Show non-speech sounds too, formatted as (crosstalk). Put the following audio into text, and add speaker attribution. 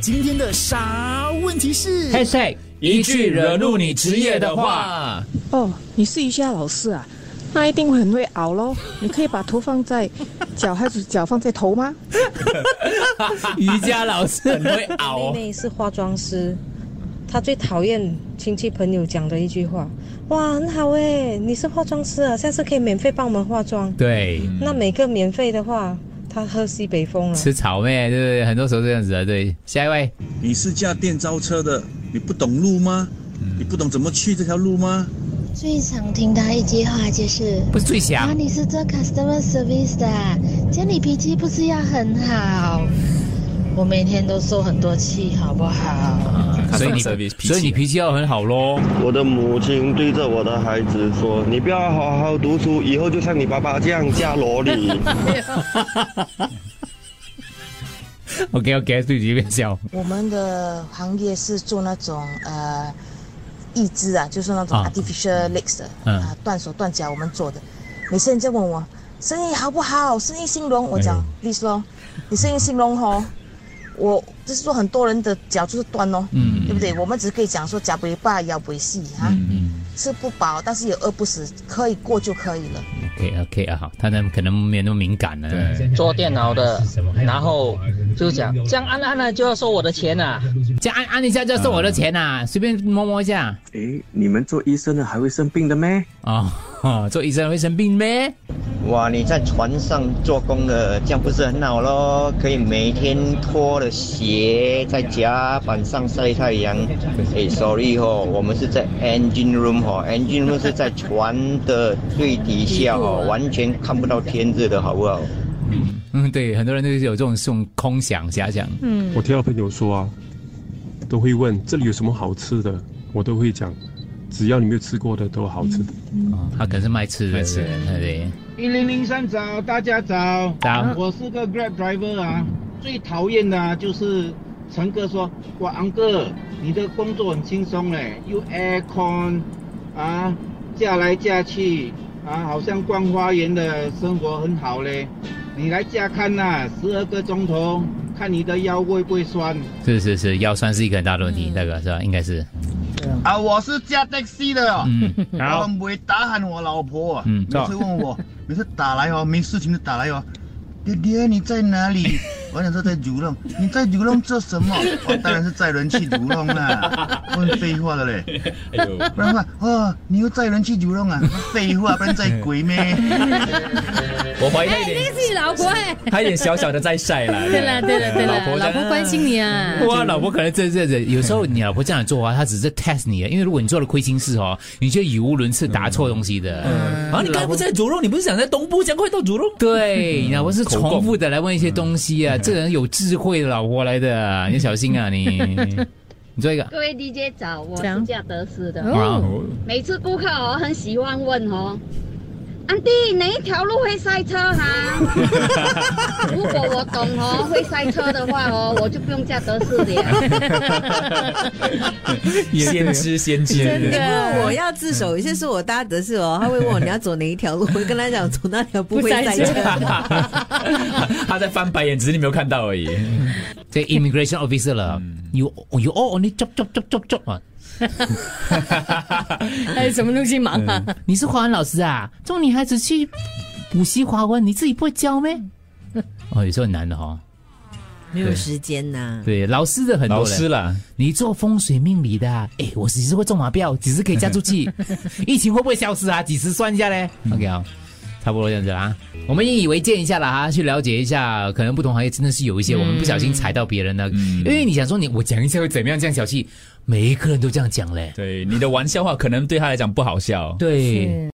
Speaker 1: 今天的啥问题是？
Speaker 2: #hashtag 一句惹怒你职业的话，
Speaker 3: 哦，你试一下老师啊，那一定会很会熬咯。你可以把头放在脚，还是脚放在头吗？
Speaker 2: 瑜伽老师 (laughs) 很会熬
Speaker 4: 妹
Speaker 2: 哦。
Speaker 5: 嗯
Speaker 4: 妹是化妆师，她最讨厌亲戚朋友讲的一句话：“哇，很好哎，你是化妆师啊，下次可以免费帮我们化妆。
Speaker 2: 对，
Speaker 4: 那每个免费的话，她喝西北风了。
Speaker 2: 吃草妹，对不对？很多时候这样子的。对，下一位，
Speaker 6: 你是驾电召车的，你不懂路吗？你不懂怎么去这条路吗？
Speaker 7: 最常听到一句话就是
Speaker 2: 不是最：“
Speaker 7: 啊，
Speaker 8: 嗯
Speaker 2: 强，
Speaker 7: 你是做 customer service 的啊，这样你脾气不是要很好？”我每天都受很多气，好不好？
Speaker 2: 所以你
Speaker 9: service 脾气
Speaker 2: 所以你脾气要很好喽。
Speaker 10: 我的母亲对着我的孩子说：“你不要好好读书，以后就像你爸爸这样嫁萝莉。
Speaker 2: OK OK，对，随便笑。
Speaker 5: 我们的行业是做那种呃义肢啊，就是那种
Speaker 2: 啊
Speaker 5: artificial legs 的，
Speaker 2: 嗯
Speaker 5: 啊断手断脚我们做的。每次人家问我生意好不好，生意兴隆，我
Speaker 11: 哎
Speaker 5: 讲丽说，你生意兴隆吼，我就是说很多人的脚就是断哦，
Speaker 2: 嗯
Speaker 5: 对不对？我们只可以讲说脚不罢，腰不细啊，
Speaker 2: 嗯
Speaker 5: 吃不饱，但是也饿不死，可以过就可以了。
Speaker 2: ，OK OK 啊，好，他呢可能没有那么敏感呢。啊
Speaker 12: 做电脑的，然后就讲这样按按了就要收我的钱呐、啊。
Speaker 2: 这样按按一下就收我的钱呐、随便摸摸一下。
Speaker 13: 诶，你们做医生的还会生病的咩？
Speaker 2: 哦， (laughs) 做医生会生病咩？”
Speaker 14: (laughs) 哇，你在船上做工的，这样不是很好咯？可以每天脱了鞋在甲板上晒太阳。哎，sorry 哦，我们是在 engine room 哦，engine room 是在船的最底下哦，完全看不到天日的好不好？
Speaker 2: 嗯，对，很多人都是有这种这种空想遐想。
Speaker 15: 我听到朋友说啊，都会问这里有什么好吃的，我都会讲，只要你没有吃过的都好吃的。
Speaker 2: 哦他可能是卖吃的，对不对对。
Speaker 16: 一零零三早，大家早。
Speaker 2: 早
Speaker 16: 我是个 Grab driver 啊，最讨厌的啊就是乘客说：“哇，昂哥，你的工作很轻松嘞，又 aircon，啊，驾来驾去，啊，好像逛花园的生活很好嘞。你来驾看呐、十二个钟头，看你的腰会不会酸。”
Speaker 2: 是是是，腰酸是一个很大的问题，那个是吧？应该是。
Speaker 17: 啊，我是驾 taxi 的哦，
Speaker 2: 嗯，
Speaker 17: 我很不会打喊我老婆啊，
Speaker 2: 嗯
Speaker 17: 每次问我，每次打来哦，没事情就打来哦，爹爹你在哪里？我想说在竹弄，你在竹弄做什么？我当然是载人去竹弄啦，问废话的嘞，不然的话，哦，你又载人去竹弄啊？废话，不然载鬼咩？
Speaker 9: 我怀疑他
Speaker 11: 哎那
Speaker 9: 一，
Speaker 8: (laughs)
Speaker 9: 点，
Speaker 11: 个是你老婆哎。
Speaker 9: 他一点小小的在晒啦。
Speaker 11: 对了对了对
Speaker 9: 老
Speaker 11: 了，
Speaker 9: 婆
Speaker 11: 老婆关心你啊。
Speaker 2: 哇，老婆可能这这这，有时候你老婆这样做啊，她只是 test 你的，因为如果你做了亏心事哦，你就语无伦次，答错东西的。
Speaker 9: 啊，你刚才不是在煮肉，你不是想在东部，讲快到煮肉？
Speaker 2: 对，你老婆是
Speaker 9: 口供
Speaker 2: 重复的来问一些东西啊，这人有智慧的老婆来
Speaker 9: (laughs)
Speaker 2: 的，你要小心啊你。你做一个
Speaker 8: 各位 DJ 早，我
Speaker 11: 怎样
Speaker 8: 是驾德斯
Speaker 9: 哦
Speaker 8: 的。
Speaker 11: 哦
Speaker 2: 啊，
Speaker 8: 每次顾客哦很喜欢问哦，安迪哪一条路会塞车
Speaker 9: (laughs)
Speaker 8: 哈、如果我懂哦会塞车的话哦，我就不用驾德士了。
Speaker 9: 先知先知，
Speaker 18: 真的，哎我要自首。有些是
Speaker 11: (laughs)
Speaker 18: 我搭德士哦，他会问我你要走哪一条路，我会跟他讲走那条不会塞车。
Speaker 11: (laughs)
Speaker 9: 他在翻白眼，只是你没有看到而已。
Speaker 2: 这 immigration officer 了，you
Speaker 9: 嗯
Speaker 2: you all only job job job job job 啊。
Speaker 11: 还有哎什么东西忙啊？
Speaker 2: 你是华文老师啊？这种女孩子去补习华文，你自己不会教咩？ (laughs) 哦，有时候很难的哦。
Speaker 18: 没有时间呐、
Speaker 2: 对，老师的很多
Speaker 9: 老
Speaker 2: 人
Speaker 9: 师啦，
Speaker 2: 你做风水命理的、啊，哎，我几时会中马票，几时可以嫁出
Speaker 9: (laughs)
Speaker 2: 去，疫情会不会消失啊？几时算一下嘞、
Speaker 9: 嗯
Speaker 2: o k 好，差不多这样子啦。我们引以为戒一下啦，哈，去了解一下，可能不同行业真的是有一
Speaker 9: 嗯
Speaker 2: 些我们不小心踩到别人的，因为你想说你我讲一下会怎么样，这样小气，每一个人都这样讲嘞。
Speaker 9: 对，你的玩笑话可能对他来讲不好笑。
Speaker 2: 对，